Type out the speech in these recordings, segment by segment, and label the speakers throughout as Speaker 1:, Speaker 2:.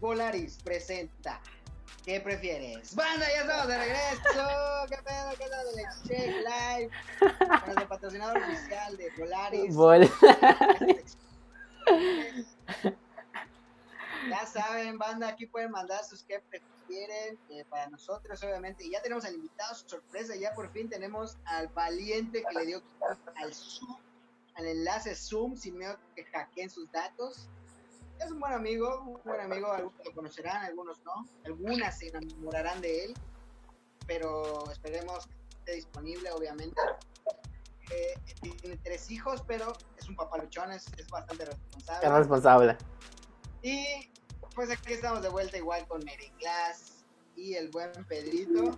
Speaker 1: Polaris presenta. ¿Qué prefieres? Banda, ya estamos de regreso. ¿Qué pedo? ¿Qué tal del Exchange Live? Con nuestro patrocinador oficial de Polaris.
Speaker 2: Bol-
Speaker 1: Ya saben, banda, aquí pueden mandar sus que prefieren eh, para nosotros, obviamente. Y ya tenemos al invitado sorpresa, ya por fin tenemos al valiente que le dio clic al Zoom, al enlace Zoom, sin miedo que hackeen sus datos. Es un buen amigo, un buen amigo, algunos lo conocerán, algunos no, algunas se enamorarán de él, pero esperemos que esté disponible, obviamente. Eh, tiene tres hijos, pero es un papá luchón, es, es bastante
Speaker 2: es
Speaker 1: responsable.
Speaker 2: responsable.
Speaker 1: Y pues aquí estamos de vuelta igual con Mary Glass y el buen Pedrito.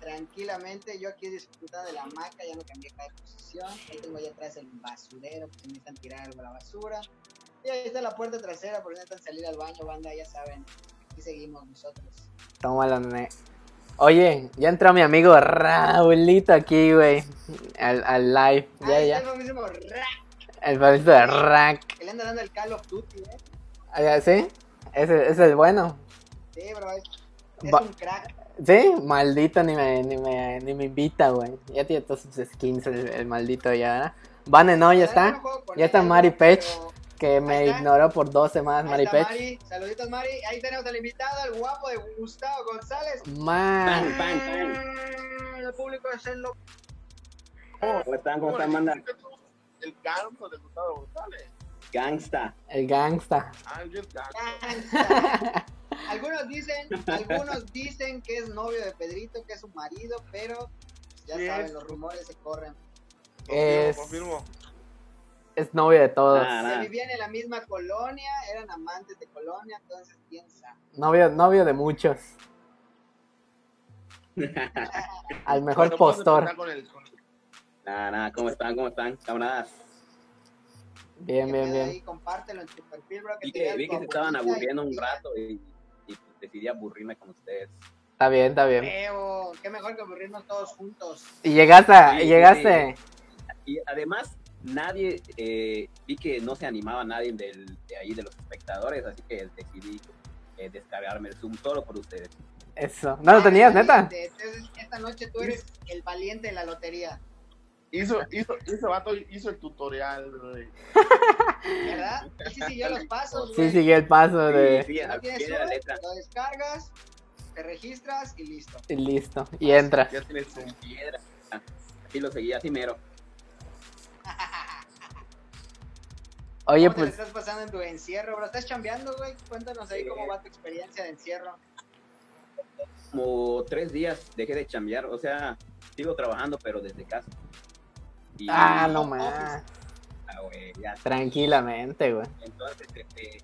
Speaker 1: Tranquilamente, yo aquí disfrutando de la hamaca, ya no cambié cada posición. Ahí tengo ya atrás el basurero, que me están tirar algo a la basura. Y ahí está la puerta trasera, por si necesitan salir al baño, banda, ya saben. Aquí seguimos nosotros.
Speaker 2: Tómala, nene. Oye, ya entró mi amigo Raulito aquí, güey. Al, al live.
Speaker 1: Ah,
Speaker 2: Ya,
Speaker 1: está
Speaker 2: ya.
Speaker 1: el famosísimo Ra,
Speaker 2: El favorito de Rack.
Speaker 1: que le anda dando el Call of Duty, ¿eh?
Speaker 2: Ah, ya, ¿Sí? Ese, ese es bueno.
Speaker 1: Sí, bro, es, es
Speaker 2: Va-
Speaker 1: un crack.
Speaker 2: Sí, maldito, ni me, ni me, ni me invita, güey. Ya tiene todos sus skins el, el maldito ya, ¿verdad? Vane, no, ya
Speaker 1: La verdad, no
Speaker 2: está.
Speaker 1: juego con
Speaker 2: Ya está
Speaker 1: él,
Speaker 2: Mari Pech,
Speaker 1: pero-
Speaker 2: que me
Speaker 1: Ahí está.
Speaker 2: ignoró por dos semanas,
Speaker 1: Ahí
Speaker 2: Mari
Speaker 1: está
Speaker 2: Pech.
Speaker 1: Mari. Saluditos, Mari. Ahí tenemos al invitado, al guapo de Gustavo González.
Speaker 2: Man,
Speaker 3: Pan, pan, pan.
Speaker 1: El público es el loco.
Speaker 3: ¿Cómo están? ¿Cómo están, banda?
Speaker 4: El ganso de Gustavo González.
Speaker 3: Gangsta.
Speaker 2: el gangsta.
Speaker 4: Ángel Ganso.
Speaker 1: Algunos dicen, algunos dicen que es novio de Pedrito, que es su marido, pero pues, ya
Speaker 4: Sí,
Speaker 1: saben,
Speaker 4: es.
Speaker 1: los rumores se corren.
Speaker 2: Es-
Speaker 4: Confirmo, confirmo.
Speaker 2: Es novio de todos.
Speaker 3: Ah,
Speaker 1: Se
Speaker 3: Ará.
Speaker 1: vivían en la misma colonia, eran amantes de colonia, entonces piensa.
Speaker 2: Novio, novio de muchos. Al mejor
Speaker 4: Bueno, vamos a
Speaker 2: postor.
Speaker 4: empezar con el- con el-
Speaker 3: Nada, nada, ¿cómo están? ¿Cómo están, camaradas?
Speaker 2: Bien, bien, bien.
Speaker 1: Ahí, compártelo en tu perfil, bro. Que
Speaker 3: Vi
Speaker 1: te
Speaker 3: que,
Speaker 1: vea
Speaker 3: vi
Speaker 1: tu
Speaker 3: que se estaban
Speaker 1: abuelita y
Speaker 3: aburriendo un
Speaker 1: tía.
Speaker 3: rato y, y pues decidí aburrirme con ustedes.
Speaker 2: Está bien, está bien.
Speaker 1: Feo, qué mejor que aburrirnos todos juntos.
Speaker 2: Y llegaste, a-
Speaker 3: Sí,
Speaker 2: llegaste.
Speaker 3: Y además, nadie, eh, vi que no se animaba nadie del, de ahí, de los espectadores, así que decidí eh, descargarme el Zoom solo por ustedes.
Speaker 2: Eso. No lo tenías, neta.
Speaker 1: Entonces, esta noche tú eres el valiente de la lotería,
Speaker 4: Hizo, hizo, ese vato hizo el tutorial, güey.
Speaker 1: ¿verdad? Y sí siguió los pasos,
Speaker 2: Sí,
Speaker 1: güey.
Speaker 2: sigue el paso
Speaker 3: Sí,
Speaker 2: de.
Speaker 3: sí,
Speaker 1: Si no
Speaker 3: al pie
Speaker 1: tienes
Speaker 3: de la
Speaker 1: Zoom,
Speaker 3: letra.
Speaker 1: lo descargas, te registras y listo.
Speaker 2: y Listo. Y entra.
Speaker 4: Ya tienes un.
Speaker 3: Piedra. Así lo seguí, así mero.
Speaker 1: ¿Cómo te
Speaker 2: Oye,
Speaker 1: la
Speaker 2: pues
Speaker 1: estás pasando en tu encierro, bro? ¿Estás chambeando, güey? Cuéntanos ahí
Speaker 3: Sí.
Speaker 1: cómo va tu experiencia de encierro.
Speaker 3: Como tres días dejé de chambear, o sea, sigo trabajando, pero desde casa. Y,
Speaker 2: Ah, no más.
Speaker 3: ah, güey, ya
Speaker 2: Tranquilamente, güey.
Speaker 3: Entonces, este,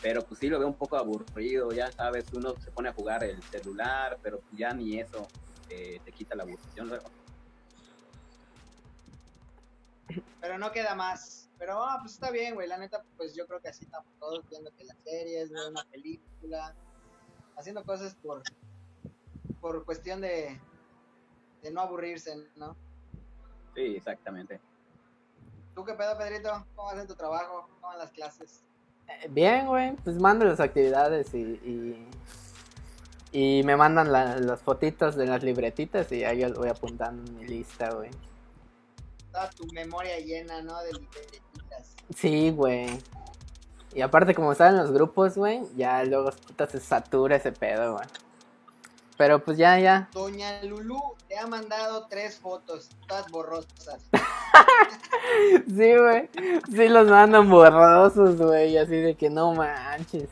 Speaker 3: pero pues sí lo veo un poco aburrido, ya sabes, uno se pone a jugar el celular, pero pues ya ni eso eh, te quita la aburrición luego.
Speaker 1: Pero no queda más. Pero, ah, pues está bien, güey. La neta, pues yo creo que así estamos todos viendo que las series, viendo una película, haciendo cosas por, por cuestión de, de no aburrirse, ¿no?
Speaker 3: Sí, exactamente.
Speaker 1: ¿Tú qué pedo, Pedrito? ¿Cómo vas en tu trabajo? ¿Cómo van las clases?
Speaker 2: Bien, güey. Pues mando las actividades y. y... y me mandan la- las fotitos de las libretitas y ahí yo voy apuntando en mi lista, güey.
Speaker 1: Toda tu memoria llena, ¿no? De libretitas.
Speaker 2: Sí, güey. Y aparte, como están los grupos, güey, ya luego puta, se satura ese pedo, güey. Pero pues ya, ya.
Speaker 1: Doña Lulú te ha mandado tres fotos, todas borrosas.
Speaker 2: Sí, güey. Sí, los mandan borrosos, güey. Así de que no manches.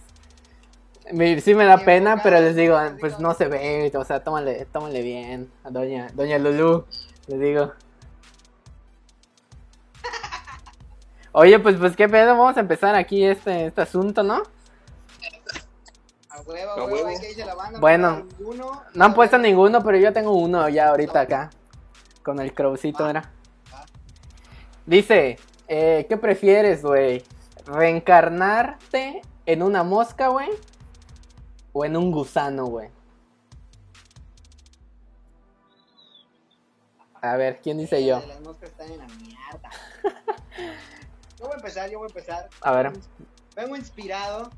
Speaker 2: Me- sí me da
Speaker 1: Qué
Speaker 2: pena,
Speaker 1: borrados,
Speaker 2: pero les digo,
Speaker 1: les
Speaker 2: pues
Speaker 1: digo.
Speaker 2: no se ve. O sea, tómale, tómale bien a doña, doña Lulú. Les digo. Oye, pues, pues qué pedo, vamos a empezar aquí este, este asunto, ¿no?
Speaker 1: A huevo,
Speaker 4: A
Speaker 1: a huevo,
Speaker 4: huevo.
Speaker 1: hay que irse a la banda.
Speaker 2: Bueno.
Speaker 1: no hay ninguno.
Speaker 2: No han puesto ninguno, pero yo tengo uno ya ahorita acá. Con el crowcito,
Speaker 1: Va.
Speaker 2: era.
Speaker 1: Va.
Speaker 2: Dice, eh, ¿qué prefieres, güey? ¿Reencarnarte en una mosca, güey? ¿O en un gusano, güey? A ver, ¿quién dice yo?
Speaker 1: Las moscas están en la mierda. Yo voy a empezar, yo voy a empezar.
Speaker 2: A ver,
Speaker 1: Vengo inspirado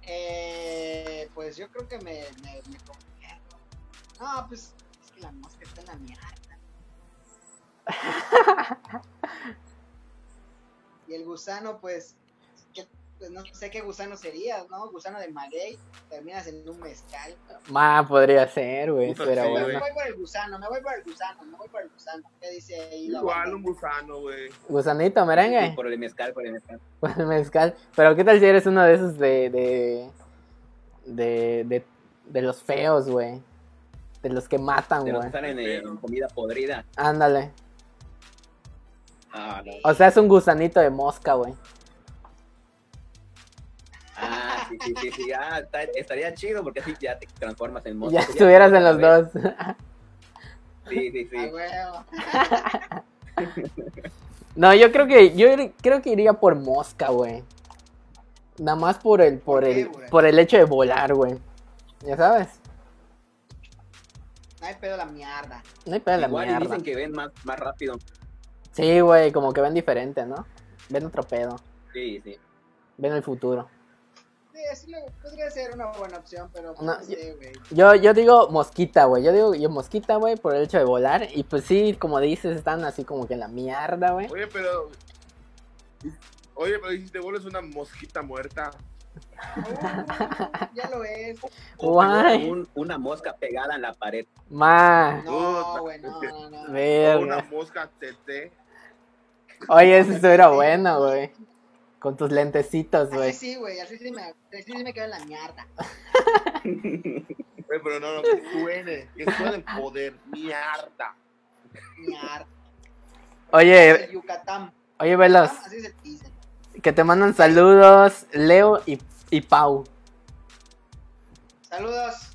Speaker 1: Eh, pues yo creo que me, me, me confieso. No, pues es que la mosca está en la mierda. y el gusano, pues, ¿qué- pues, no sé qué gusano sería, ¿no? Gusano de maguey, terminas en un mezcal.
Speaker 2: Ma, Ah, podría ser, güey,
Speaker 5: Puta,
Speaker 2: pero
Speaker 5: sí,
Speaker 1: Pero
Speaker 2: bueno.
Speaker 1: me voy por el gusano, me voy por el gusano, me voy por el gusano. ¿Qué dice ahí? la
Speaker 5: Igual
Speaker 1: banda?
Speaker 5: un gusano, güey.
Speaker 2: Gusanito, merengue.
Speaker 3: Por el mezcal, por el mezcal.
Speaker 2: Por el mezcal. Pero qué tal si eres uno de esos de. de. de, de, de los feos, güey. De los que matan,
Speaker 3: De los que
Speaker 2: güey.
Speaker 3: salen en, en comida podrida.
Speaker 2: Ándale.
Speaker 3: Ah, no.
Speaker 2: O sea, es un gusanito de mosca, güey.
Speaker 3: Ah, sí, sí, sí, sí. Ah, está- estaría chido porque así ya te transformas en monstruo.
Speaker 2: Ya estuvieras en los
Speaker 3: sabes.
Speaker 2: dos.
Speaker 3: Sí, sí,
Speaker 1: Ah,
Speaker 3: sí.
Speaker 1: huevo.
Speaker 2: No, yo creo que yo ir- creo que iría por mosca, güey. Nada más por el por
Speaker 1: ¿Por qué,
Speaker 2: el
Speaker 1: güey?
Speaker 2: por el hecho de volar, güey. Ya sabes.
Speaker 1: No hay pedo la mierda.
Speaker 2: No hay pedo en la
Speaker 3: Igual y
Speaker 2: mierda.
Speaker 3: dicen que ven más, más rápido.
Speaker 2: Sí, güey, como que ven diferente, ¿no? Ven otro pedo,
Speaker 3: Sí, sí.
Speaker 2: ven el futuro.
Speaker 1: Sí, sí lo- podría ser una buena opción, pero pues,
Speaker 2: No,
Speaker 1: no sé, güey.
Speaker 2: Yo yo digo mosquita, güey. Yo digo yo mosquita, güey, por el hecho de volar y pues sí, como dices, están así como que en la mierda, güey.
Speaker 5: Oye, pero. Oye, pero si te vuelves una mosquita muerta.
Speaker 1: Uh, ya lo es.
Speaker 2: Guay.
Speaker 3: Un- una mosca pegada en la pared.
Speaker 2: Ma,
Speaker 1: No, güey, no, no, no.
Speaker 5: o
Speaker 2: verga.
Speaker 5: una mosca tete.
Speaker 2: Oye, eso estuviera bueno, güey. Con tus lentecitos,
Speaker 1: Así
Speaker 2: güey.
Speaker 1: sí, güey, así sí me, así sí me quedo en la mierda.
Speaker 5: Oye, pero no, no, que suene. Que suene el poder. Mierda.
Speaker 1: Mierda.
Speaker 2: Oye,
Speaker 1: El Yucatán.
Speaker 2: oye, velos.
Speaker 1: Así se dice.
Speaker 2: Que te mandan saludos, Leo y, y Pau.
Speaker 1: Saludos.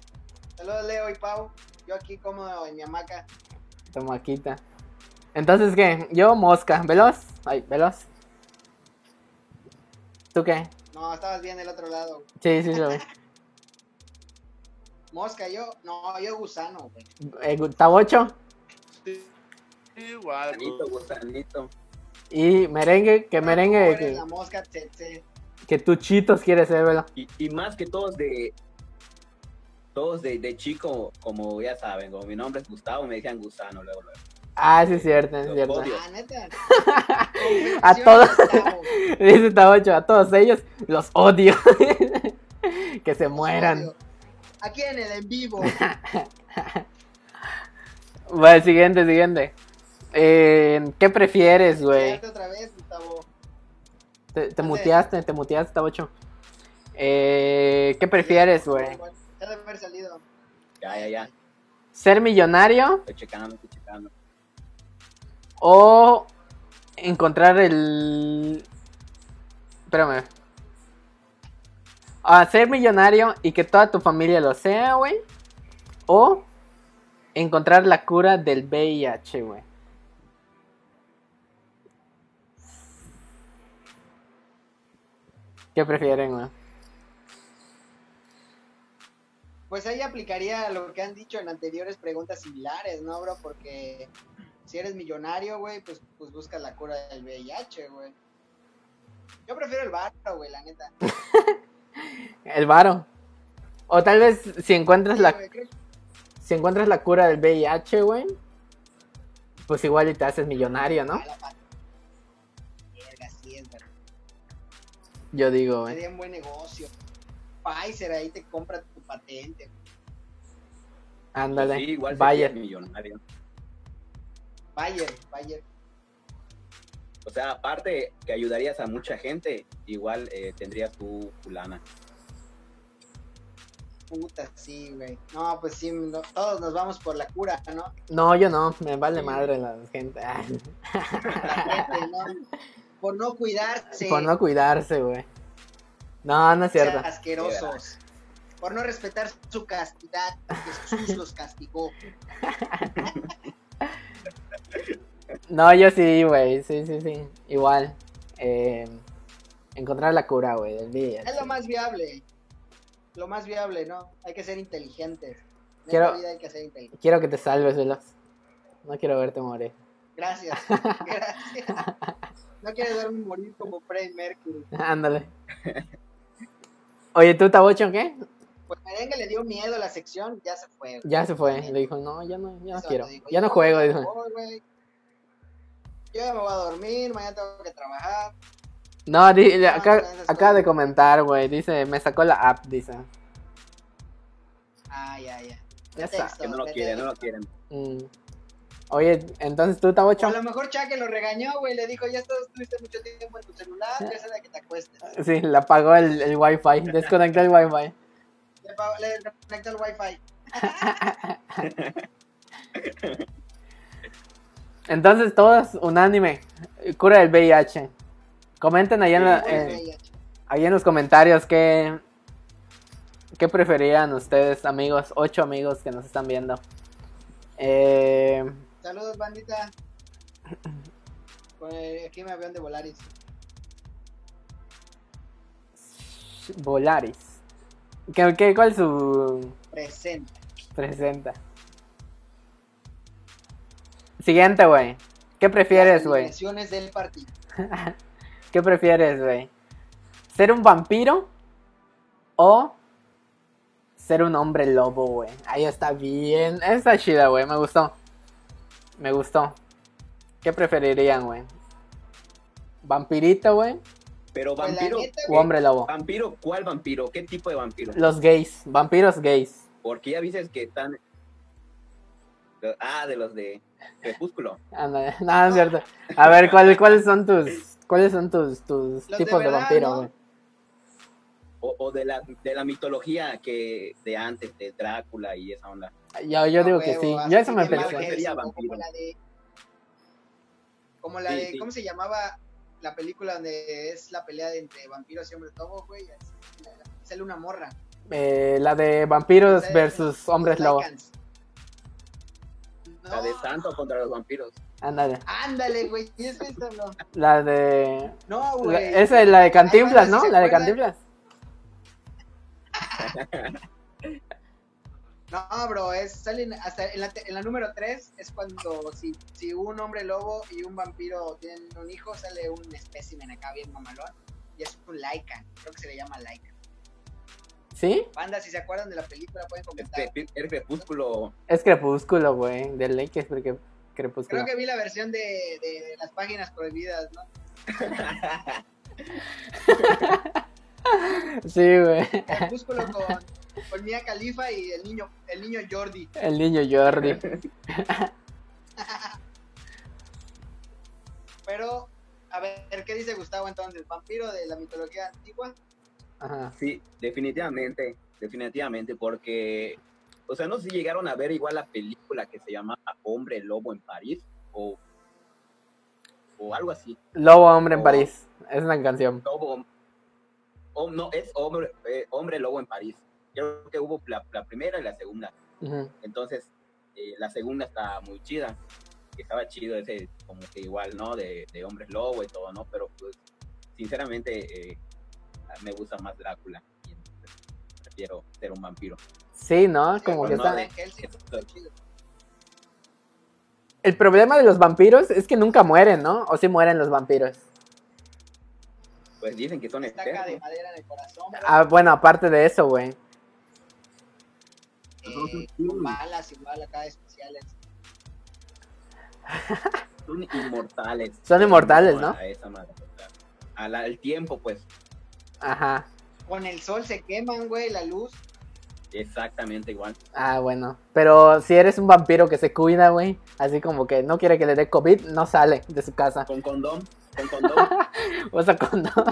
Speaker 1: Saludos, Leo y Pau. Yo aquí como en mi hamaca.
Speaker 2: Tomaquita. Entonces, ¿qué? Yo, Mosca. ¿Veloz? Ay, ¿veloz? ¿Tú qué?
Speaker 1: No, estabas bien del otro lado.
Speaker 2: Sí, sí, lo vi.
Speaker 1: Mosca, yo. No, yo gusano, güey.
Speaker 2: Eh, Gu- Tabocho
Speaker 5: Sí, Igual.
Speaker 3: Gusanito, gusanito.
Speaker 2: y Merengue. Que
Speaker 1: No,
Speaker 2: Merengue,
Speaker 1: tú eres La
Speaker 2: que,
Speaker 1: mosca, te- te-
Speaker 2: que tú chitos quieres ser, velo.
Speaker 3: Y, y más que todos de. Todos de, de chico, como ya saben, como mi nombre es Gustavo, me decían gusano luego. luego.
Speaker 2: Ah, sí, es cierto, es
Speaker 3: Lo
Speaker 2: cierto.
Speaker 3: odio.
Speaker 1: Ah, neta.
Speaker 2: A todos.
Speaker 1: Gustavo, güey.
Speaker 2: Dice Tabocho, a todos ellos los odio. que se mueran.
Speaker 1: Aquí en el en vivo.
Speaker 2: Bueno, siguiente, siguiente. Eh, ¿Qué prefieres, güey?
Speaker 1: Fíjate otra vez, Gustavo.
Speaker 2: Te, te
Speaker 1: Ándale.
Speaker 2: muteaste, te muteaste, Tabocho. Eh, ¿Qué prefieres, güey?
Speaker 1: Ya debe haber salido.
Speaker 3: Ya, ya, ya.
Speaker 2: ¿Ser millonario
Speaker 3: Estoy checando, estoy checando.
Speaker 2: o encontrar el... Espérame. Ah, ser millonario y que toda tu familia lo sea, güey. O encontrar la cura del VIH, güey. ¿Qué prefieren, güey?
Speaker 1: Pues ahí aplicaría lo que han dicho en anteriores preguntas similares, ¿no, bro? Porque si eres millonario, güey, pues, pues busca la cura del VIH, güey. Yo prefiero el barro, güey, la neta.
Speaker 2: El varo. O tal vez si encuentras
Speaker 1: Sí,
Speaker 2: la
Speaker 1: güey, creo que-
Speaker 2: si encuentras la cura del VIH, güey, pues igual y te haces millonario, ¿no?
Speaker 1: a la pat- Verga, sí es, verdad.
Speaker 2: Yo digo, eh, güey.
Speaker 1: Sería un buen negocio. Pfizer ahí te compra tu patente.
Speaker 2: Ándale.
Speaker 3: Sí, igual sería
Speaker 2: Vaya.
Speaker 3: millonario.
Speaker 1: Bayer, Bayer.
Speaker 3: O sea, aparte que ayudarías a mucha gente, igual eh, tendrías tu fulana.
Speaker 1: Puta, sí, güey. No, pues sí, no- todos nos vamos por la cura, ¿no?
Speaker 2: No, yo no, me vale
Speaker 3: Sí.
Speaker 2: madre la gente. Ay,
Speaker 1: La gente, ¿no? Por no cuidarse.
Speaker 2: Por no cuidarse, güey. No, no es
Speaker 1: sean
Speaker 2: cierto.
Speaker 1: asquerosos. Por no respetar su castidad, porque Jesús los castigó.
Speaker 2: No, yo sí, güey. Sí, sí, sí. Igual. Eh, encontrar la cura, güey, del VIH.
Speaker 1: Es lo más viable. Lo más viable, ¿no? Hay que ser inteligentes. En
Speaker 2: Quiero-
Speaker 1: esta vida hay que ser inteligentes.
Speaker 2: Quiero que te salves, veloz. No quiero verte morir.
Speaker 1: Gracias. Gracias. No quieres verme morir como Freddy Mercury.
Speaker 2: Ándale. Oye, ¿tú, Tabocho, qué?
Speaker 1: Pues merengue le dio miedo a la sección, ya se fue. güey.
Speaker 2: Ya se fue. Le dijo, no, ya no, ya no quiero. Ya no juego,
Speaker 1: dijo.
Speaker 2: dijo.
Speaker 1: Yo ya me voy a dormir, mañana tengo que trabajar.
Speaker 2: No, di- le- acá, acaba de comentar, güey. Dice, me sacó la app, dice.
Speaker 1: Ah, ya, ya.
Speaker 2: Ya
Speaker 1: Pretexto,
Speaker 2: está.
Speaker 3: Que no lo quieren, no lo
Speaker 1: pretexto.
Speaker 3: quieren.
Speaker 2: Mm. Oye, entonces tú, Tabocho.
Speaker 1: A lo mejor Chaque lo regañó, güey. Le dijo, ya estás- estuviste mucho tiempo en tu celular, ya es hora de que te acuestes.
Speaker 2: Sí, le apagó el, el wifi, desconectó el wifi.
Speaker 1: Le, pa- le conectó el wifi.
Speaker 2: Entonces todos unánime, cura el VIH. Comenten ahí en, la-
Speaker 1: Muy
Speaker 2: eh,
Speaker 1: bien.
Speaker 2: ahí en los comentarios qué, qué preferían ustedes, amigos, ocho amigos que nos están viendo. Eh,
Speaker 1: Saludos, bandita. Por el- aquí me avión de Volaris.
Speaker 2: Volaris. ¿Qué, qué, ¿Cuál su
Speaker 1: Presenta.
Speaker 2: presenta? Siguiente, güey. ¿Qué prefieres, güey?
Speaker 1: Elecciones del partido.
Speaker 2: ¿Qué prefieres, güey? ¿Ser un vampiro o ser un hombre lobo, güey? Ahí está bien. Está chida, güey. Me gustó. Me gustó. ¿Qué preferirían, güey? ¿Vampirito, güey?
Speaker 3: Pero
Speaker 1: Pues la
Speaker 3: vampiro.
Speaker 1: neta,
Speaker 2: ¿O hombre lobo?
Speaker 3: ¿Vampiro? ¿Cuál vampiro? ¿Qué tipo de vampiro?
Speaker 2: Los gays. Vampiros gays.
Speaker 3: Porque ya dices que están. Ah, de los de Crepúsculo.
Speaker 2: Ándale, No, no es cierto. A ver, ¿cuál- ¿cuáles son tus, cuáles son tus,
Speaker 1: Los
Speaker 2: tus
Speaker 1: de
Speaker 2: tipos de,
Speaker 1: verdad,
Speaker 2: vampiro,
Speaker 1: ¿no?
Speaker 2: güey?
Speaker 3: O, o de, la, de la mitología que de antes, de Drácula y esa onda.
Speaker 2: Yo, yo
Speaker 1: A
Speaker 2: digo que
Speaker 1: Ah, huevo,
Speaker 2: sí.
Speaker 1: así
Speaker 2: Yo eso me
Speaker 1: de
Speaker 3: marca.
Speaker 2: pensé.
Speaker 1: Marvel,
Speaker 3: Sería
Speaker 1: como
Speaker 3: vampiro.
Speaker 1: la de- Como la
Speaker 3: Sí,
Speaker 1: de.
Speaker 3: sí.
Speaker 1: ¿Cómo se llamaba la película donde es la pelea de entre vampiros y hombres lobo, güey? Es- Sale una morra.
Speaker 2: Eh, la de vampiros
Speaker 1: La de-
Speaker 2: versus hombres lobo.
Speaker 1: Lycans.
Speaker 3: La de
Speaker 1: No,
Speaker 3: Santo contra los vampiros.
Speaker 2: Ándale.
Speaker 1: Ándale, güey. ¿y es esa, no?
Speaker 2: La de.
Speaker 1: No,
Speaker 2: la-
Speaker 1: güey.
Speaker 2: esa es la de Cantinflas,
Speaker 1: Ay,
Speaker 2: ¿no?
Speaker 1: ¿se
Speaker 2: La de
Speaker 1: acuerdan?
Speaker 2: Cantinflas.
Speaker 1: No, bro, es, salen hasta en la, te- en la número 3 es cuando si, si un hombre lobo y un vampiro tienen un hijo, sale un espécimen acá bien mamalón. Y es un Lycan, creo que se le llama Lycan.
Speaker 2: ¿Sí?
Speaker 1: Banda, si se acuerdan de la película, pueden comentar.
Speaker 3: Este, el Crepúsculo.
Speaker 2: Es Crepúsculo, güey. De ley que es cre- Crepúsculo.
Speaker 1: Creo que vi la versión de, de las páginas prohibidas, ¿no?
Speaker 2: Sí, güey.
Speaker 1: Crepúsculo con, con Mia Khalifa y el niño, el niño Jordi.
Speaker 2: El niño Jordi.
Speaker 1: Pero, a ver, ¿qué dice Gustavo entonces? ¿Vampiro de la mitología antigua?
Speaker 2: Ajá.
Speaker 3: Sí, definitivamente. Definitivamente, porque. O sea, no sé si llegaron a ver igual la película que se llamaba Hombre Lobo en París o, o algo así.
Speaker 2: Lobo Hombre en
Speaker 3: Oh.
Speaker 2: París. Es una canción.
Speaker 3: Lobo. hom- no, es hombre, eh, hombre Lobo en París. Creo que hubo la, la primera y la segunda.
Speaker 2: Ujú.
Speaker 3: Entonces, eh, la segunda está muy chida. Estaba chido ese, como que igual, ¿no? De, de hombres lobo y todo, ¿no? Pero, pues, sinceramente, eh, me gusta más Drácula. Y entonces, prefiero ser un vampiro.
Speaker 2: Sí, ¿no? Como
Speaker 1: Eh,
Speaker 2: que
Speaker 3: pues,
Speaker 2: está.
Speaker 3: no, de-
Speaker 2: El problema de los vampiros es que nunca mueren, ¿no? O sí mueren los vampiros.
Speaker 3: Pues dicen que son
Speaker 1: Estaca de
Speaker 3: externos.
Speaker 1: madera en el corazón. bro.
Speaker 2: Ah, bueno, aparte de eso, güey.
Speaker 1: eh, con balas igual acá especiales.
Speaker 3: Son inmortales.
Speaker 2: Son inmortales, ¿no?
Speaker 3: A esa madre, o sea, a la- al tiempo, pues,
Speaker 2: Ajá.
Speaker 1: Con el sol se queman, güey, la luz.
Speaker 3: exactamente igual.
Speaker 2: Ah, bueno. Pero si eres un vampiro que se cuida, güey. Así como que no quiere que le dé COVID, no sale de su casa.
Speaker 3: Con condón, con condón.
Speaker 2: Usa condón.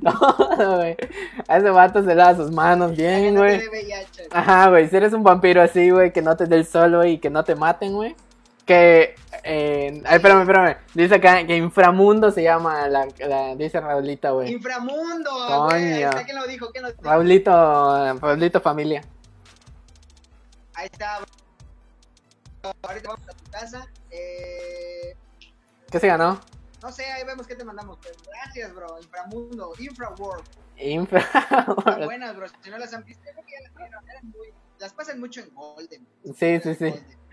Speaker 2: No, güey. A ese vato se lava sus manos
Speaker 1: Ya que
Speaker 2: bien,
Speaker 1: no
Speaker 2: güey. Ah,
Speaker 1: tiene VIH.
Speaker 2: Ajá, güey. Si eres un vampiro así, güey, que no te dé el sol, güey, y que no te maten, güey. Que. Eh... Ay, espérame, espérame. Dice acá que inframundo se llama la. la- Dice Raulita, güey.
Speaker 1: Inframundo,
Speaker 2: Coño.
Speaker 1: güey. Ahí está, ¿quién lo dijo? ¿Quién lo dijo?
Speaker 2: Raulito. Raulito familia.
Speaker 1: Ahí está. Ahorita vamos a tu casa. Eh,
Speaker 2: ¿Qué se ganó?
Speaker 1: no sé, ahí vemos qué te mandamos. pues. Gracias, bro. Inframundo, Infraworld.
Speaker 2: Infra.
Speaker 1: Están buenas, bro. Si no las han visto, yo creo que ya las vieron. Eran muy- Las pasan mucho en Golden.
Speaker 2: Sí, sí, sí.
Speaker 1: Golden.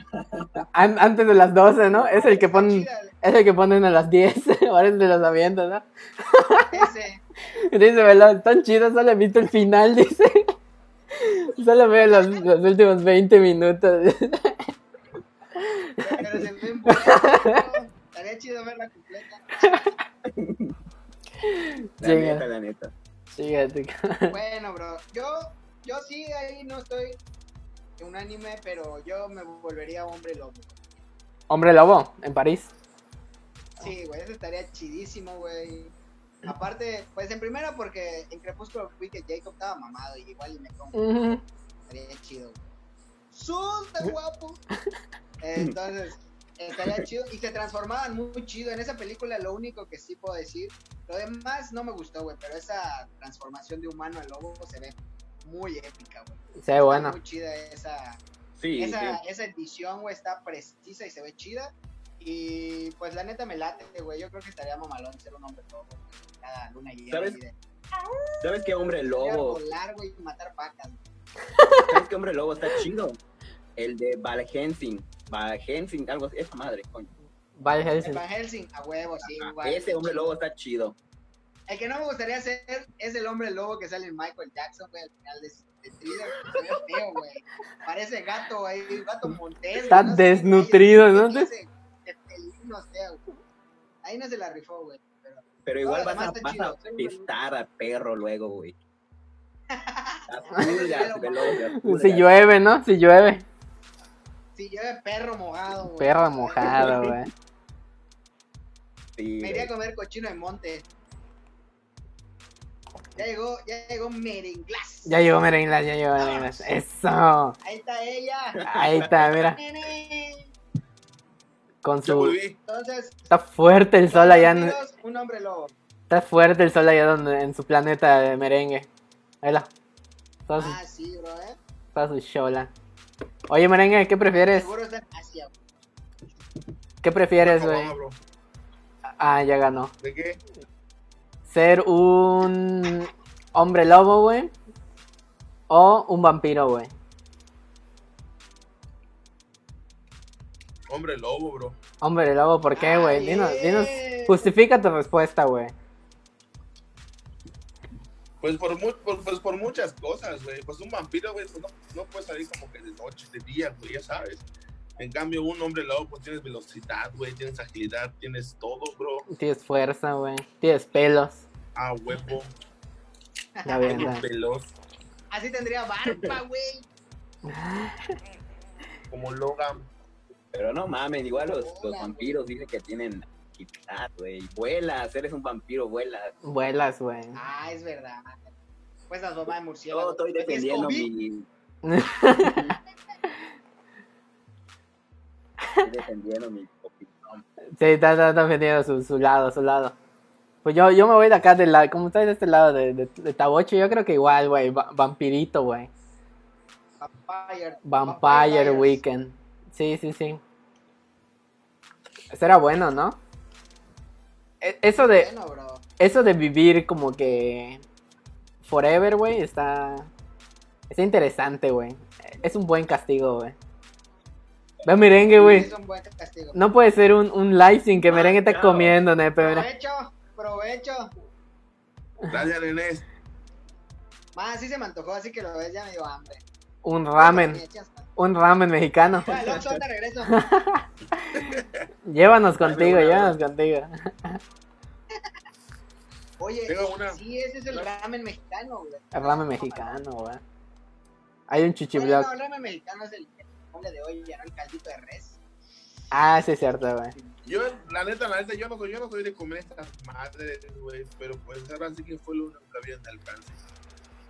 Speaker 2: An- antes de las 12, ¿no? Es el que
Speaker 1: Está
Speaker 2: ponen.
Speaker 1: chida,
Speaker 2: Es el que ponen a las 10, ahora es de los avientos, ¿no?
Speaker 1: Ese.
Speaker 2: Dice, ¿verdad? Tan chido, solo he visto el final, dice. Solo veo los, los últimos 20 minutos.
Speaker 1: Pero se ve en buena. Estaría chido verla completa.
Speaker 3: La
Speaker 2: Llega.
Speaker 3: neta, la neta.
Speaker 2: Fíjate.
Speaker 1: Bueno, bro, yo, yo sí ahí no estoy unánime, pero yo me volvería hombre lobo.
Speaker 2: Hombre lobo, en París.
Speaker 1: Sí, güey, eso estaría chidísimo, güey. Aparte, pues en primera porque en Crepúsculo vi que Jacob estaba mamado y igual y me como,
Speaker 2: Ujú.
Speaker 1: estaría chido. güey. ¡Sus de guapo! Entonces, estaría chido. Y se transformaban muy chido. En esa película lo único que sí puedo decir, lo demás no me gustó, güey, pero esa transformación de humano a lobo se ve muy épica, güey.
Speaker 2: Se ve bueno.
Speaker 1: Muy chida esa,
Speaker 3: Sí,
Speaker 1: esa,
Speaker 3: sí.
Speaker 1: esa edición, güey, está precisa y se ve chida. Y pues la neta me late, güey. Yo creo que estaría mamalón ser un hombre lobo. güey. Cada luna llena.
Speaker 3: ¿Sabes?
Speaker 1: y de-
Speaker 3: ¿Sabes qué hombre
Speaker 1: Podría
Speaker 3: lobo?
Speaker 1: Volar, güey, y matar vacas. güey.
Speaker 3: ¿Sabes qué hombre lobo está chido? El de Val Helsing. Val Helsing, algo así. Esa madre, coño.
Speaker 2: Vale, Helsing.
Speaker 1: Van Helsing, a huevo, sí.
Speaker 3: Ah,
Speaker 1: güey.
Speaker 3: ese hombre lobo está chido.
Speaker 1: El que no me gustaría ser es el hombre lobo que sale en Michael Jackson, güey, al final de, de thriller. Se ve feo, güey. Parece gato, güey. Gato montés. güey,
Speaker 2: Está
Speaker 1: no sé qué
Speaker 2: desnutrido,
Speaker 1: rayos,
Speaker 2: ¿no?
Speaker 1: qué clase De pelino sea, güey. Ahí no se la rifó, güey.
Speaker 3: Pero
Speaker 1: No,
Speaker 3: igual vas,
Speaker 1: además
Speaker 3: a,
Speaker 1: está
Speaker 3: vas a
Speaker 1: chido, soy un
Speaker 3: apestar al perro luego, güey. Las pulgas, güey, luego las
Speaker 2: Si
Speaker 3: pulgas.
Speaker 2: llueve, ¿no? Si llueve.
Speaker 1: Sí, yo de perro mojado, güey.
Speaker 2: Perra mojada, güey.
Speaker 3: Sí,
Speaker 1: Me iría a
Speaker 3: güey.
Speaker 1: comer cochino de monte. Ya llegó, ya llegó Merenglas.
Speaker 2: Ya llegó Merenglas, ya llegó Merenglas. Eso.
Speaker 1: Ahí está ella.
Speaker 2: Ahí está, mira.
Speaker 1: Nene.
Speaker 2: Con
Speaker 5: Ya
Speaker 2: su.
Speaker 5: volví.
Speaker 1: Entonces,
Speaker 2: Está fuerte el sol allá. en-
Speaker 1: amigos, un hombre lobo.
Speaker 2: Está fuerte el sol allá donde, en su planeta de merengue. Hola. Toda su,
Speaker 1: Ah, sí, bro, eh.
Speaker 2: toda su chola. Oye, merengue, ¿qué prefieres?
Speaker 1: Seguro está en Asia, güey.
Speaker 2: ¿Qué prefieres, güey?
Speaker 5: Obama, bro.
Speaker 2: Ah, ya ganó.
Speaker 5: ¿De qué?
Speaker 2: ¿Ser un hombre lobo, güey? ¿O un vampiro, güey?
Speaker 5: Hombre lobo, bro.
Speaker 2: Hombre lobo, ¿por qué, güey?
Speaker 1: Ay,
Speaker 2: Dinos,
Speaker 1: eh.
Speaker 2: dinos, justifica tu respuesta, güey.
Speaker 5: Pues por, mu- por- pues por muchas cosas, güey. Pues un vampiro, güey, pues no, no puede salir como que de noche, de día, güey, ya sabes. En cambio, un hombre lobo, pues tienes velocidad, güey, tienes agilidad, tienes todo, bro.
Speaker 2: Tienes fuerza, güey. Tienes pelos.
Speaker 5: A huevo,
Speaker 2: La verdad.
Speaker 5: eres veloz,
Speaker 1: Así tendría barba, güey.
Speaker 5: como Logan.
Speaker 3: Pero no mamen, igual los, los vampiros dicen que tienen agilidad, güey. Vuelas, eres un vampiro, vuelas.
Speaker 2: Vuelas, güey.
Speaker 1: Ah, es verdad. Pues las bombas de murciélago.
Speaker 3: Yo estoy
Speaker 1: Pues,
Speaker 3: defendiendo
Speaker 1: Scooby,
Speaker 3: mi. estoy defendiendo mi opinión.
Speaker 2: Sí, está, está, está defendiendo su, su lado, su lado. Pues yo, yo me voy de acá, del lado, como estáis de este lado de, de, de Tabocho, yo creo que igual, güey, va- vampirito, güey.
Speaker 1: Vampire.
Speaker 2: Vampire
Speaker 1: Vampires.
Speaker 2: Weekend. Sí, sí, sí. Eso era bueno, ¿no? E- Eso de,
Speaker 1: Bueno, bro.
Speaker 2: eso de vivir como que forever, güey, está, está interesante, güey. Es un buen castigo, güey. Ve merengue, güey.
Speaker 1: Es un buen castigo.
Speaker 2: No puede ser un, un live sin que merengue esté
Speaker 3: Claro.
Speaker 2: comiendo, nepe, mira.
Speaker 1: Provecho, provecho.
Speaker 5: Gracias, Nenés.
Speaker 1: Más, sí se me antojó, así que lo ves, ya me dio hambre.
Speaker 2: Un ramen. Un ramen mexicano.
Speaker 1: Bueno, el Oxxo, ahorita regreso.
Speaker 2: Llévanos contigo,
Speaker 3: una,
Speaker 2: llévanos contigo.
Speaker 1: Oye,
Speaker 5: Tengo una.
Speaker 1: sí, ese es el ramen mexicano, güey.
Speaker 2: El ramen mexicano, güey. Hay un
Speaker 1: Bueno,
Speaker 2: chichibloc.
Speaker 1: no, el ramen mexicano es el que ponle de hoy, ya no el caldito de res.
Speaker 2: Ah, sí, es cierto, güey.
Speaker 5: Yo, la neta, la neta, yo no soy, yo no soy de comer estas madres, güey. Pero pues ahora sí que fue lo único que había en alcance.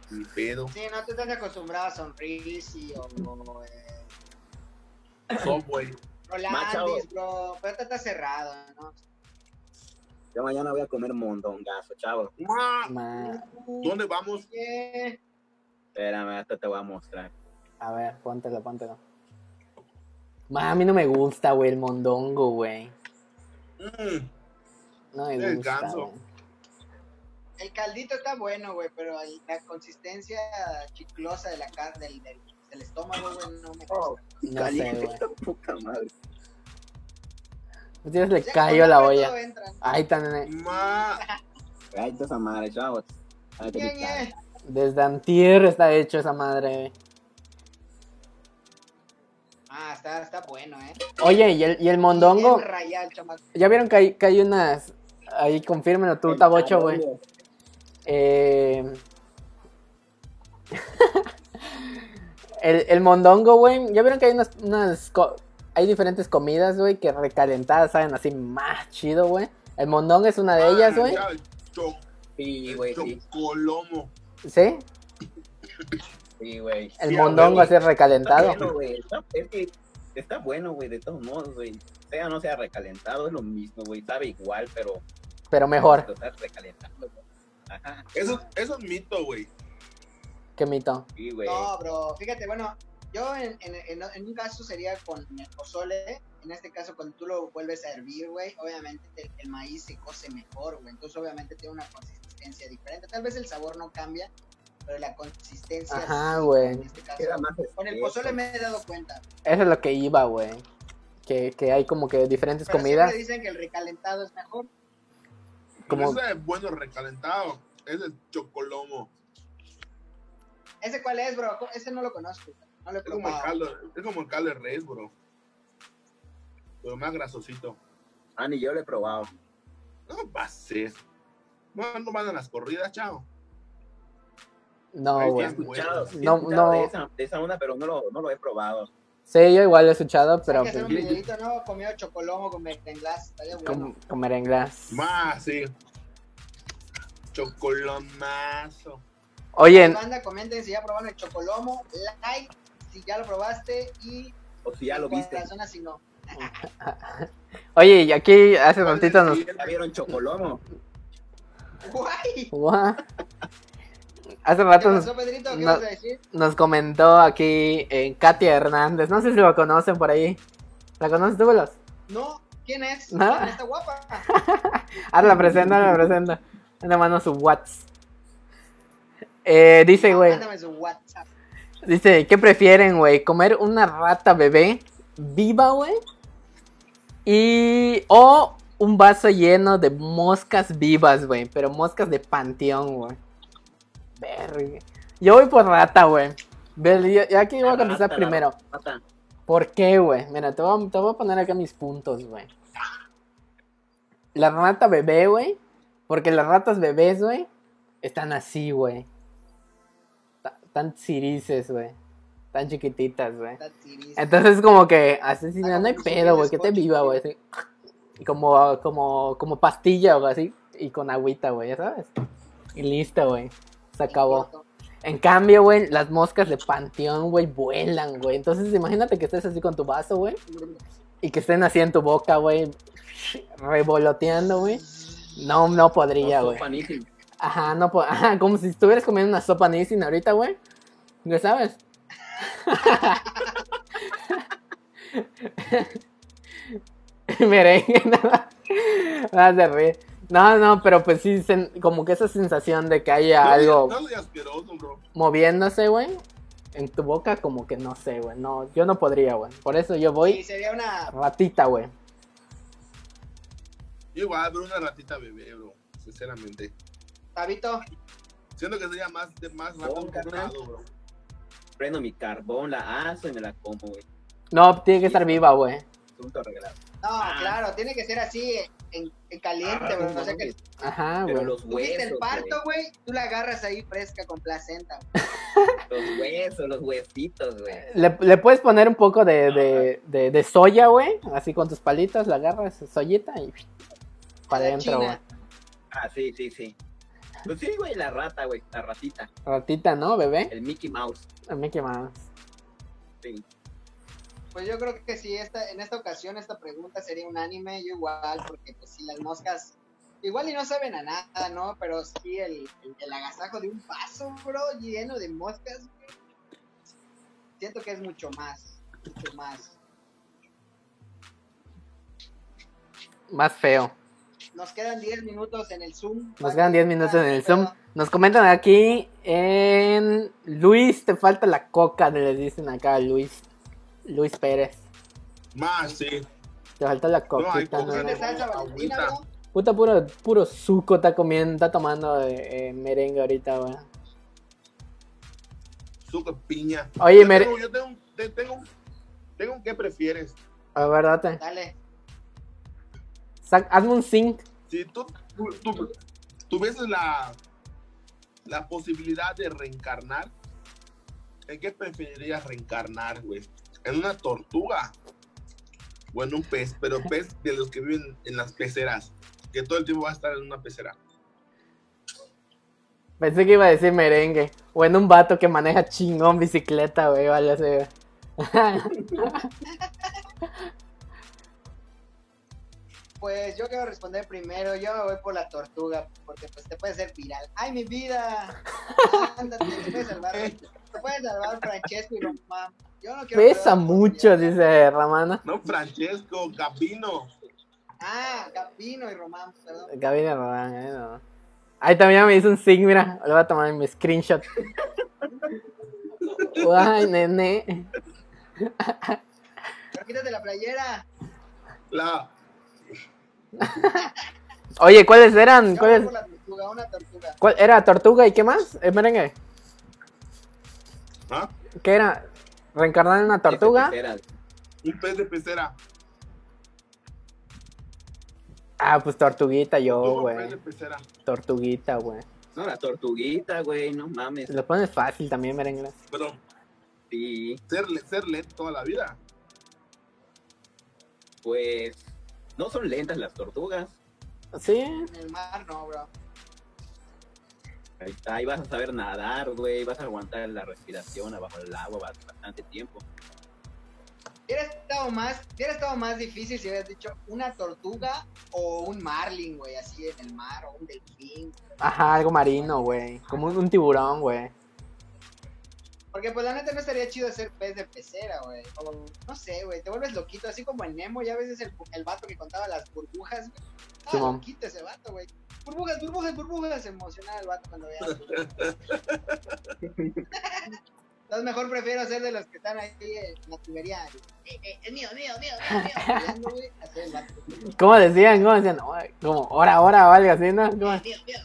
Speaker 5: Ni pedo.
Speaker 1: Sí, no te estás acostumbrado a sonrisi o, o eh,
Speaker 5: Subway.
Speaker 1: Rolandis, bro. Pero ahorita está cerrado, ¿no?
Speaker 3: Yo mañana voy a comer mondongazo, chavo.
Speaker 5: ¡Mua!
Speaker 2: Ma-
Speaker 5: ¿Dónde vamos?
Speaker 1: Oye,
Speaker 3: Espérame, hasta te voy a mostrar.
Speaker 2: A ver, póntelo, póntelo. Ma, a mí no me gusta, güey, el mondongo, güey.
Speaker 5: Mm.
Speaker 2: No me
Speaker 5: El
Speaker 2: gusta,
Speaker 5: ganso.
Speaker 2: güey.
Speaker 1: El caldito está bueno, güey, pero el- la consistencia chiclosa de la carne, del, del, del estómago, güey, no me gusta.
Speaker 2: No sé, güey.
Speaker 3: esta puta madre.
Speaker 2: Dios le
Speaker 1: Ya con
Speaker 2: cayó la
Speaker 1: hambre todo
Speaker 2: olla.
Speaker 1: entra.
Speaker 2: Ay, tan...
Speaker 5: Ma,
Speaker 3: Ay, esa madre, chavo. Ah,
Speaker 1: ¿Quién
Speaker 3: gritar.
Speaker 1: es?
Speaker 2: Desde antier está hecho esa madre, güey.
Speaker 1: Ah, está, está bueno, ¿eh?
Speaker 2: Oye, ¿y el, y el mondongo?
Speaker 1: Bien rayado el chamaco.
Speaker 2: ¿Ya vieron que hay, que hay unas... Ahí, confírmelo tú,
Speaker 3: El
Speaker 2: Tabocho,
Speaker 3: cabrón,
Speaker 2: güey. Eh, el, el mondongo, güey. Ya vieron que hay unas. unas co- hay diferentes comidas, güey, que recalentadas saben así más chido, güey. El mondongo es una de ellas, güey.
Speaker 5: Ah, ya, cho-
Speaker 3: Sí, güey, sí,
Speaker 5: Chocolomo.
Speaker 2: ¿Sí?
Speaker 3: sí, güey.
Speaker 2: El
Speaker 5: Sí,
Speaker 2: mondongo
Speaker 5: güey.
Speaker 2: así recalentado.
Speaker 3: Está bueno, güey. Está- es que está bueno, güey, de todos modos, güey. Sea o no sea recalentado, es lo mismo, güey. Sabe igual, pero
Speaker 2: Pero mejor.
Speaker 3: lo estás recalentando, güey. Ajá,
Speaker 5: Eso, eso es mito, güey.
Speaker 2: Qué mito.
Speaker 3: sí, güey.
Speaker 1: No, bro, fíjate, bueno, yo en, en- en- en un caso sería con el pozole, en este caso cuando tú lo vuelves a hervir, güey, obviamente el, el maíz se cose mejor, güey, entonces obviamente tiene una consistencia diferente, tal vez el sabor no cambia, pero la consistencia
Speaker 2: Ajá,
Speaker 1: sí,
Speaker 2: güey.
Speaker 1: en este caso.
Speaker 3: Queda más
Speaker 1: Con el
Speaker 3: espeso.
Speaker 1: pozole me he dado cuenta,
Speaker 2: Eso es lo que iba, güey. Que, que hay como que diferentes
Speaker 1: pero
Speaker 2: comidas.
Speaker 1: siempre dicen que el recalentado es mejor,
Speaker 2: Como,
Speaker 5: Eso es bueno recalentado. Es el chocolomo.
Speaker 1: ¿ese cuál es, bro? Ese no lo conozco, no lo he
Speaker 5: Es como, el
Speaker 1: probado.
Speaker 5: caldo, es como el caldo de res, bro. Pero más grasosito.
Speaker 3: Ah, ni yo lo he probado.
Speaker 5: No pases. No, no van a las corridas, chao.
Speaker 2: no,
Speaker 5: Ahí
Speaker 3: Sí, he
Speaker 2: güey.
Speaker 5: está.
Speaker 3: escuchado, sí he
Speaker 2: No,
Speaker 3: escuchado
Speaker 2: no.
Speaker 3: De, esa, de esa onda, pero no lo, no lo he probado.
Speaker 2: Sí, yo igual lo he escuchado,
Speaker 1: Hay
Speaker 2: pero
Speaker 1: que hacer un
Speaker 2: pues,
Speaker 1: videito, ¿no? Comido chocolomo con merenglas, estaría bueno.
Speaker 2: con, con merenglas.
Speaker 5: Más, sí. Chocolomazo.
Speaker 2: Oye, en-
Speaker 1: Banda, comenten si ya probaron el chocolomo, like si ya lo probaste y
Speaker 3: O si ya lo viste.
Speaker 1: corazón así no.
Speaker 2: Oye, y aquí hace ratito nos...
Speaker 3: ¿Ya vieron Chocolomo?
Speaker 1: Guay.
Speaker 2: Guau. Hace
Speaker 1: ¿Qué
Speaker 2: rato nos,
Speaker 1: pasó, Pedrito? ¿Qué
Speaker 2: no-
Speaker 1: vas a decir?
Speaker 2: nos comentó aquí eh, Katia Hernández. No sé si lo conocen por ahí. ¿La conoces tú, Veloz?
Speaker 1: No, ¿quién es?
Speaker 2: Nada.
Speaker 1: ¿Quién Está guapa.
Speaker 2: Ahora Ah, la presento, ahora la presento. Anda mano su Whats. Eh, dice, güey.
Speaker 1: Mándame su WhatsApp.
Speaker 2: Dice, ¿qué prefieren, güey? ¿Comer una rata bebé viva, güey? Y... O un vaso lleno de moscas vivas, güey. Pero moscas de panteón, güey. Verga. Yo voy por rata, güey. Ver, yo- yo aquí voy a contestar
Speaker 3: Rata, la
Speaker 2: primero.
Speaker 3: rata.
Speaker 2: ¿Por qué, güey? Mira, te voy, a, te voy a poner acá mis puntos, güey. La rata bebé, güey. Porque las ratas bebés, güey, están así, güey. Ta- Tan cirices, güey. Tan chiquititas, güey.
Speaker 1: Está tirista.
Speaker 2: Entonces, como que, así, si
Speaker 1: Ah,
Speaker 2: no, no hay
Speaker 1: como que
Speaker 2: pedo, güey,
Speaker 1: tienes
Speaker 2: que te
Speaker 1: coche.
Speaker 2: viva, güey. así. Y Como, como, como pastilla, güey, así. Y con agüita, güey, ya sabes. Y listo, güey. Se acabó. En cambio, güey, las moscas de panteón, güey, vuelan, güey. Entonces, imagínate que estés así con tu vaso, güey, y que estén así en tu boca, güey, revoloteando, güey. No, no podría,
Speaker 3: No,
Speaker 2: güey.
Speaker 3: sopa Nisi.
Speaker 2: Ajá, no po- Ajá, como si estuvieras comiendo una sopa Nissin ahorita, güey. ¿Ya sabes? Merengue, nada más. Nada más de reír. No, no, pero pues sí, sen- como que esa sensación de que haya algo
Speaker 5: No soy asqueroso, bro.
Speaker 2: moviéndose, güey, en tu boca, como que no sé, güey. No, yo no podría, güey. Por eso yo
Speaker 1: Sí,
Speaker 2: voy
Speaker 1: sería una.
Speaker 2: ratita, güey.
Speaker 5: Yo igual, bro, una ratita bebé, bro. Sinceramente.
Speaker 1: Tabito,
Speaker 5: Siento que sería más de más
Speaker 3: Oh,
Speaker 5: rato que
Speaker 3: carnal.
Speaker 5: rato, bro.
Speaker 3: Prendo mi carbón, la aso y me la como, güey.
Speaker 2: No, tiene que estar viva, güey.
Speaker 3: Asunto arreglado.
Speaker 1: no, claro, tiene que ser así en, en caliente,
Speaker 5: Ah,
Speaker 1: bro.
Speaker 3: Ah. No
Speaker 1: O sea que
Speaker 3: mames,
Speaker 2: Ajá,
Speaker 3: Pero
Speaker 2: Ah, güey.
Speaker 3: los
Speaker 1: tuviste el
Speaker 3: huesos,
Speaker 1: parto, güey, tú la agarras ahí fresca con placenta. güey.
Speaker 3: güey. Los huesos, los huesitos, güey.
Speaker 2: Le, le puedes poner un poco de, de, de, de soya, güey. Así con tus palitas, la agarras, soyita y para
Speaker 1: La
Speaker 2: adentro,
Speaker 1: china.
Speaker 2: güey.
Speaker 3: Ah, sí, sí, sí. Pues sí, güey, la rata, güey. La ratita.
Speaker 2: Ratita, ¿no, bebé?
Speaker 3: El Mickey Mouse.
Speaker 2: A mí qué más.
Speaker 3: Sí.
Speaker 1: Pues yo creo que sí, esta, en esta ocasión esta pregunta sería unánime, yo igual, porque pues si las moscas, igual y no saben a nada, ¿no? Pero sí, el, el, el agasajo de un vaso, bro, lleno de moscas, güey, siento que es mucho más, mucho más.
Speaker 2: Más feo.
Speaker 1: Nos quedan 10 minutos en el Zoom. Ah,
Speaker 2: Nos quedan 10 minutos en el
Speaker 1: Pero
Speaker 2: Zoom. Nos comentan aquí en Luis, te falta la coca, le dicen acá a Luis. Luis Pérez.
Speaker 5: Más, sí.
Speaker 2: Te falta la
Speaker 5: No, hay
Speaker 2: coquita,
Speaker 5: coca.
Speaker 2: no,
Speaker 1: ¿Son de
Speaker 2: no.
Speaker 1: salsa
Speaker 5: Agüita.
Speaker 1: valentina, bro?
Speaker 2: Puta, puro, puro suco está comiendo, está tomando eh, eh, merengue ahorita, güey.
Speaker 5: Suco de piña.
Speaker 2: Oye,
Speaker 5: Yo
Speaker 2: mere-
Speaker 5: tengo- Yo tengo, un- te- tengo, un- tengo un qué prefieres.
Speaker 2: A ver, date.
Speaker 1: Dale.
Speaker 2: Sac- hazme un zinc.
Speaker 5: Si tú, tú, tú- tuvieses la, la posibilidad de reencarnar, ¿en qué preferirías reencarnar, güey? ¿En una tortuga? ¿O en un pez? Pero pez de los que viven en las peceras. Que todo el tiempo va a estar en una pecera.
Speaker 2: Pensé que iba a decir merengue. O en un vato que maneja chingón bicicleta, güey. Vale, así, güey.
Speaker 1: Pues yo quiero responder primero. Yo me voy por la tortuga, porque pues te puede ser viral. ¡Ay, mi vida! Ándate, te puede salvar. Te puede salvar Francesco y Román. Yo no quiero.
Speaker 2: Pesa
Speaker 1: perder la
Speaker 2: mucho,
Speaker 1: oportunidad.
Speaker 2: dice Ramana.
Speaker 5: No, Francesco, Gabino.
Speaker 1: Ah, Capino y Román, perdón.
Speaker 2: Gabina Ramán, eh, no. Ahí también me hizo un zinc, mira. Lo voy a tomar en mi screenshot. Guay, nene.
Speaker 1: Pero quítate la playera.
Speaker 5: La,
Speaker 2: Oye, ¿cuáles
Speaker 1: Yo
Speaker 2: eran?
Speaker 1: me voy
Speaker 2: ¿Cuáles?
Speaker 1: por la tortuga, una tortuga.
Speaker 2: ¿Cuál era? ¿Tortuga y qué más? Eh, merengue.
Speaker 5: ¿ah?
Speaker 2: ¿Qué era? ¿Reencarnar en una tortuga?
Speaker 3: Pecera.
Speaker 5: Un pez de pecera.
Speaker 2: Ah, pues tortuguita yo,
Speaker 5: Tuvo un pez de
Speaker 2: güey.
Speaker 5: pecera.
Speaker 2: Tortuguita, güey.
Speaker 3: No, la tortuguita, güey, no mames.
Speaker 2: Lo pones fácil también, merengue.
Speaker 5: Pero
Speaker 3: Sí,
Speaker 5: ser, ser lento toda la vida.
Speaker 3: pues no son lentas las tortugas.
Speaker 2: Sí,
Speaker 1: En el mar, no, bro.
Speaker 3: Ahí está, ahí vas a saber nadar, güey, vas a aguantar la respiración abajo del agua ba- bastante tiempo.
Speaker 1: Hubiera estado más, hubiera estado más difícil si hubieras dicho una tortuga o un marlin, güey, así en el mar, o un delfín.
Speaker 2: Ajá, algo marino, güey. Como un, un tiburón, güey.
Speaker 1: Porque pues la neta no estaría chido hacer pez de pecera, güey. O, no sé, güey, te vuelves loquito, así como en Nemo, ya ves es el, el vato que contaba las burbujas, güey. Estaba
Speaker 2: Simón.
Speaker 1: loquito ese vato, güey. Burbujas, burbujas, burbujas, se emocionaba el vato cuando veía las burbujas. Entonces mejor prefiero ser de los que están ahí en la tubería. Eh, eh, es mío, mío, mío, mío, mío. peleando, güey, a ser el vato.
Speaker 2: ¿Cómo decían? ¿Cómo decían? Oh, Como, hora, hora o algo así, ¿no? Como,
Speaker 1: Mío, mío,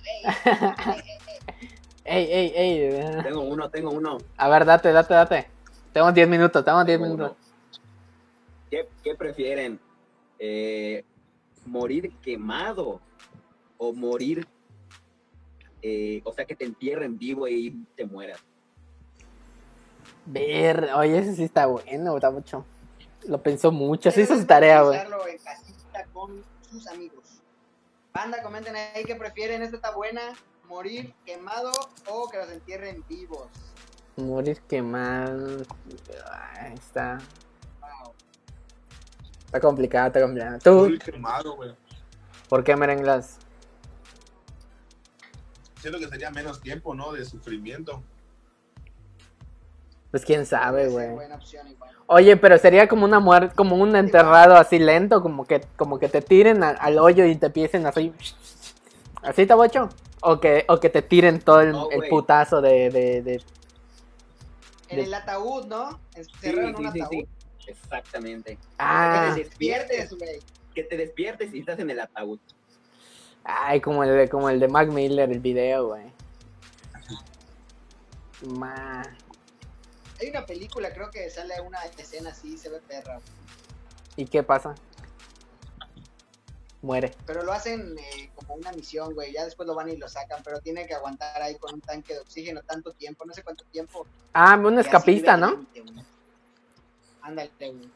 Speaker 1: ey, ey, ey, ey.
Speaker 2: ey, ey, ey.
Speaker 3: Tengo uno, tengo uno.
Speaker 2: A ver, date, date, date. Tenemos 10 minutos, tenemos 10
Speaker 3: Tengo
Speaker 2: minutos.
Speaker 3: uno. ¿Qué, qué prefieren? Eh, ¿Morir quemado o morir? eh, o sea, que te entierren vivo y te mueras.
Speaker 2: Ver, oye, ese sí está bueno, está mucho. Lo pensó mucho, sí hizo su tarea, güey.
Speaker 1: Realizarlo en casita con sus amigos. Banda, comenten ahí qué prefieren. Esta está buena. Morir quemado o que los entierren vivos.
Speaker 2: Morir quemado. Ay, Está.
Speaker 1: Wow.
Speaker 2: Está complicado, está complicado. ¿Tú?
Speaker 5: Muy quemado, güey.
Speaker 2: ¿Por qué merenglas?
Speaker 5: Siento que sería menos tiempo, ¿no? De sufrimiento.
Speaker 2: Pues quién sabe,
Speaker 1: Esa es
Speaker 2: güey.
Speaker 1: Buena opción igual.
Speaker 2: Oye, pero sería como una muerte, como un enterrado así lento, como que, como que te tiren a- al hoyo y te piecen así. ¿Así, Tabocho? O que, o que te tiren todo el,
Speaker 3: No,
Speaker 2: el
Speaker 3: güey.
Speaker 2: putazo de, de, de-
Speaker 1: En el ataúd, ¿no?
Speaker 3: Sí,
Speaker 1: Encerrado en un
Speaker 3: sí, sí,
Speaker 1: ataúd.
Speaker 3: sí. Exactamente.
Speaker 2: Ah,
Speaker 3: que te
Speaker 1: Despiertes,
Speaker 3: despiertes,
Speaker 1: güey.
Speaker 3: que te despiertes y estás en el ataúd.
Speaker 2: ay, como el, de- como el de Mac Miller, el video, güey. Ma.
Speaker 1: Hay una película, creo que sale una escena así, se ve perra. güey.
Speaker 2: ¿Y qué pasa? Muere.
Speaker 1: Pero lo hacen eh, como una misión, güey. Ya después lo van y lo sacan, pero tiene que aguantar ahí con un tanque de oxígeno tanto tiempo, no sé cuánto tiempo.
Speaker 2: Ah, un
Speaker 1: que así
Speaker 2: escapista,
Speaker 1: vive al
Speaker 2: ¿no?
Speaker 1: límite, güey. Ándale, güey.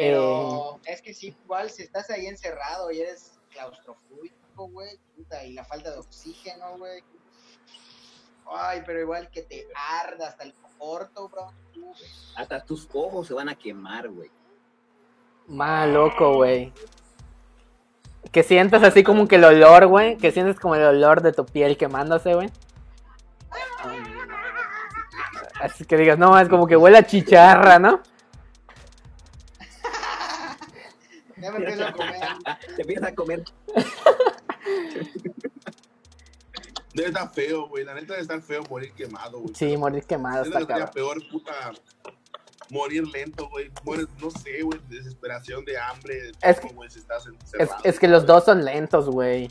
Speaker 2: Eh,
Speaker 1: Pero es que sí, igual si estás ahí encerrado y eres claustrofóbico, güey, puta, y la falta de oxígeno, güey. Ay, pero igual que te arda hasta el corto, bro. Uf,
Speaker 3: Hasta tus ojos se van a quemar, güey.
Speaker 2: Ma, loco, güey. Que sientas así como que el olor, güey. Que sientes como el olor de tu piel quemándose, güey. Así que digas, no, es como que huele a chicharra, ¿no?
Speaker 1: Ya me empiezo a comer.
Speaker 3: Te empiezas a comer.
Speaker 5: Debe estar feo, güey. La neta debe estar feo morir quemado, güey.
Speaker 2: Sí, morir quemado
Speaker 5: Siento
Speaker 2: está
Speaker 5: que sería
Speaker 2: cabrón.
Speaker 5: peor, puta. morir lento, güey. Mueres, no sé, güey, de desesperación, de hambre, de
Speaker 2: Es
Speaker 5: todo,
Speaker 2: que-
Speaker 5: güey, si estás
Speaker 2: Es,
Speaker 5: encerrado.
Speaker 2: es que los dos son lentos, güey.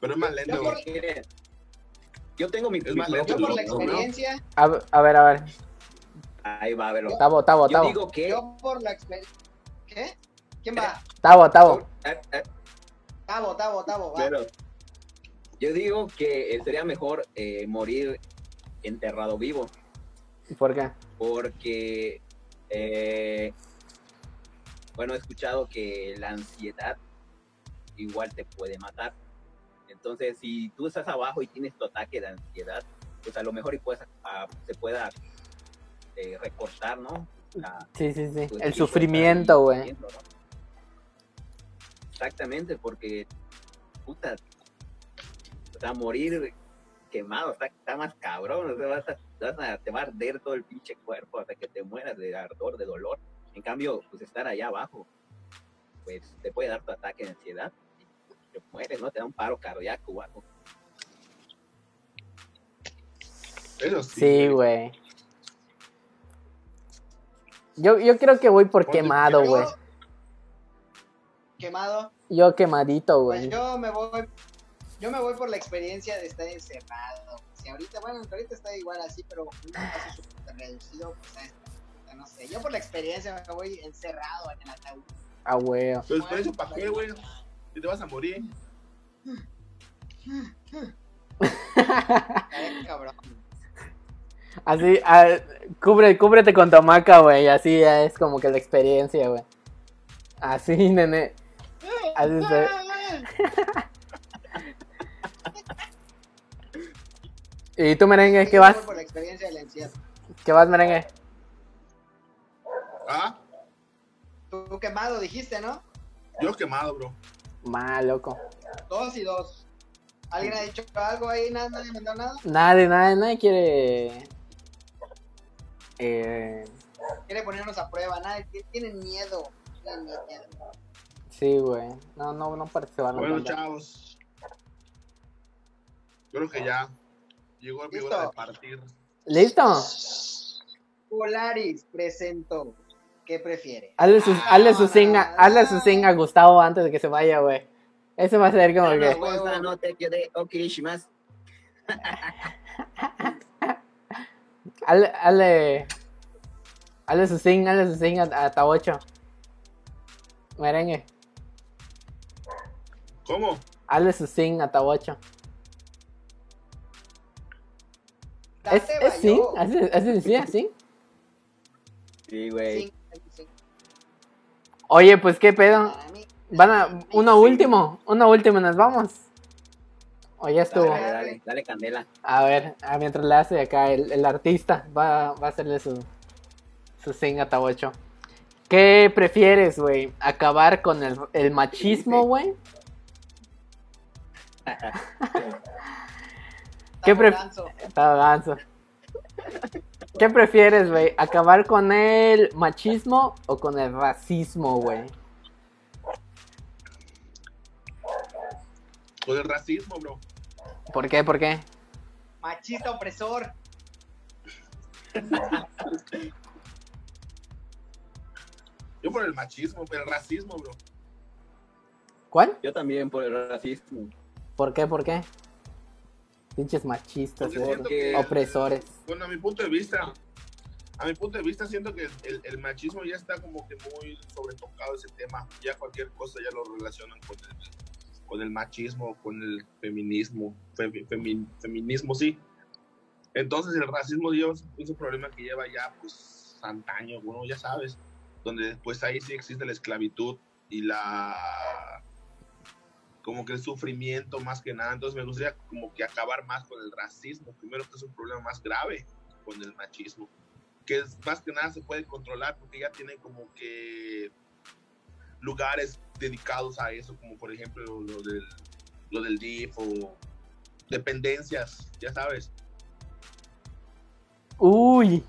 Speaker 5: Pero es más lento,
Speaker 1: Yo
Speaker 5: güey.
Speaker 3: Miren, Yo tengo mi.
Speaker 5: Es más,
Speaker 1: Yo por la
Speaker 5: No, no.
Speaker 1: experiencia,
Speaker 2: A, ver- a ver, a ver.
Speaker 3: Ahí va a verlo.
Speaker 2: Tabo, tabo,
Speaker 3: Yo
Speaker 2: tabo.
Speaker 3: digo que.
Speaker 1: yo por la experiencia. ¿Qué? ¿Quién va?
Speaker 2: Tabo, tabo.
Speaker 3: Ah, ah,
Speaker 1: Tabo, Tabo, Tabo, va.
Speaker 3: Pero yo digo que eh, sería mejor eh, morir enterrado vivo,
Speaker 2: ¿Por qué?
Speaker 3: porque, eh, bueno, he escuchado que la ansiedad igual te puede matar. Entonces, si tú estás abajo y tienes tu ataque de ansiedad, pues a lo mejor y puedes, ah, se pueda eh, recortar, ¿no? La-
Speaker 2: Sí, sí, sí. El
Speaker 3: pues, sí, pues,
Speaker 2: sufrimiento,
Speaker 3: ahí,
Speaker 2: güey.
Speaker 3: sufrimiento, ¿no? Exactamente, porque, puta, o sea, morir quemado está, está más cabrón, o sea, vas a- vas a- te va a arder todo el pinche cuerpo hasta que te mueras de ardor, de dolor. En cambio, pues estar allá abajo, pues te puede dar tu ataque de ansiedad y te mueres, ¿no? Te da un paro cardíaco o algo.
Speaker 5: Eso sí.
Speaker 2: Sí, güey. Yo, yo creo que voy por
Speaker 5: Ponte
Speaker 2: quemado,
Speaker 5: primero.
Speaker 2: güey.
Speaker 1: Yo- Quemado.
Speaker 2: Yo quemadito,
Speaker 1: Pues
Speaker 2: güey.
Speaker 1: yo me voy, yo me voy por la experiencia de estar encerrado. Si ahorita, bueno, ahorita está igual así, pero un espacio súper reducido, pues a esta- no sé. Yo por la experiencia me voy encerrado en el ataúd.
Speaker 2: A huevo.
Speaker 5: Pero experiencia para qué, güey. Si te vas a morir.
Speaker 1: Ay, cabrón.
Speaker 2: Así, ah, cubre, cúbrete con tu hamaca, güey. Así ya es como que la experiencia, güey. Así, nene. Así se- ¿Y tú, merengue?
Speaker 1: Sí,
Speaker 2: ¿Qué
Speaker 1: yo
Speaker 2: vas?
Speaker 1: voy Por la experiencia del encierro.
Speaker 2: ¿Qué vas, merengue?
Speaker 5: Ah,
Speaker 1: Tú quemado dijiste, ¿no?
Speaker 5: yo quemado, bro.
Speaker 2: Ma, loco.
Speaker 1: Dos y dos. ¿Alguien ha dicho algo ahí? ¿Nada? ¿Nadie mandó nada?
Speaker 2: Nadie, nadie, nadie quiere. Eh,
Speaker 1: Quiere ponernos a prueba. Nadie tienen miedo. Tienen miedo.
Speaker 2: sí, güey. No, no, no participaron.
Speaker 5: Bueno,
Speaker 2: tanto.
Speaker 5: chavos. Yo creo que ya llegó mi hora de
Speaker 1: Listo.
Speaker 5: partir.
Speaker 2: ¿Listo?
Speaker 1: Polaris presentó. ¿Qué prefiere?
Speaker 2: Hazle su, hazle su singa, hazle su singa a Gustavo antes de que se vaya, güey. Eso va a ser como que.
Speaker 3: Cosa no te quede, ok, shimas.
Speaker 2: Hazle, hazle, hazle su singa, hazle su singa a, a Tabocho. Merengue,
Speaker 5: ¿Cómo?
Speaker 2: hazle su singa a Tabocho. ¿Es,
Speaker 1: Date
Speaker 2: es sí?
Speaker 1: bailó.
Speaker 2: ¿Es, es, es sí? ¿Así?
Speaker 3: Sí,
Speaker 1: Sí,
Speaker 3: güey.
Speaker 1: sí,
Speaker 2: Oye, pues qué pedo.
Speaker 1: para mí.
Speaker 2: Van a, uno último, uno último, nos vamos. O ya estuvo.
Speaker 3: Dale, dale, dale candela.
Speaker 2: A ver, ah, mientras le hace acá el, el artista, va, va a hacerle su, su sing a Tabocho. ¿Qué prefieres, güey? ¿Acabar con el, el machismo, güey? ¿Qué
Speaker 1: Estamos
Speaker 2: pref-
Speaker 1: ganso.
Speaker 2: Está ganso. ¿Qué prefieres, güey? ¿Acabar con el machismo o con el racismo, güey?
Speaker 5: Con el racismo, bro.
Speaker 2: ¿Por qué? ¿Por qué?
Speaker 1: Machista opresor.
Speaker 5: Yo por el machismo, por el racismo, bro.
Speaker 2: ¿Cuál?
Speaker 3: Yo también por el racismo.
Speaker 2: ¿Por qué? ¿Por qué? Pinches machistas,
Speaker 5: Porque
Speaker 2: güey.
Speaker 5: siento que-
Speaker 2: Opresores.
Speaker 5: Bueno, a mi punto de vista, a mi punto de vista siento que el, el machismo ya está como que muy sobretocado ese tema. Ya cualquier cosa ya lo relacionan con el, con el machismo, con el feminismo, fe- femi- feminismo, sí. Entonces el racismo Dios es un problema que lleva ya pues antaño, bueno, ya sabes, donde pues ahí sí existe la esclavitud y la como que el sufrimiento más que nada. Entonces me gustaría como que acabar más con el racismo, primero que es un problema más grave con el machismo, que es más que nada se puede controlar porque ya tienen como que lugares dedicados a eso, como por ejemplo lo del, lo del DIF o dependencias, ya sabes.
Speaker 2: Uy,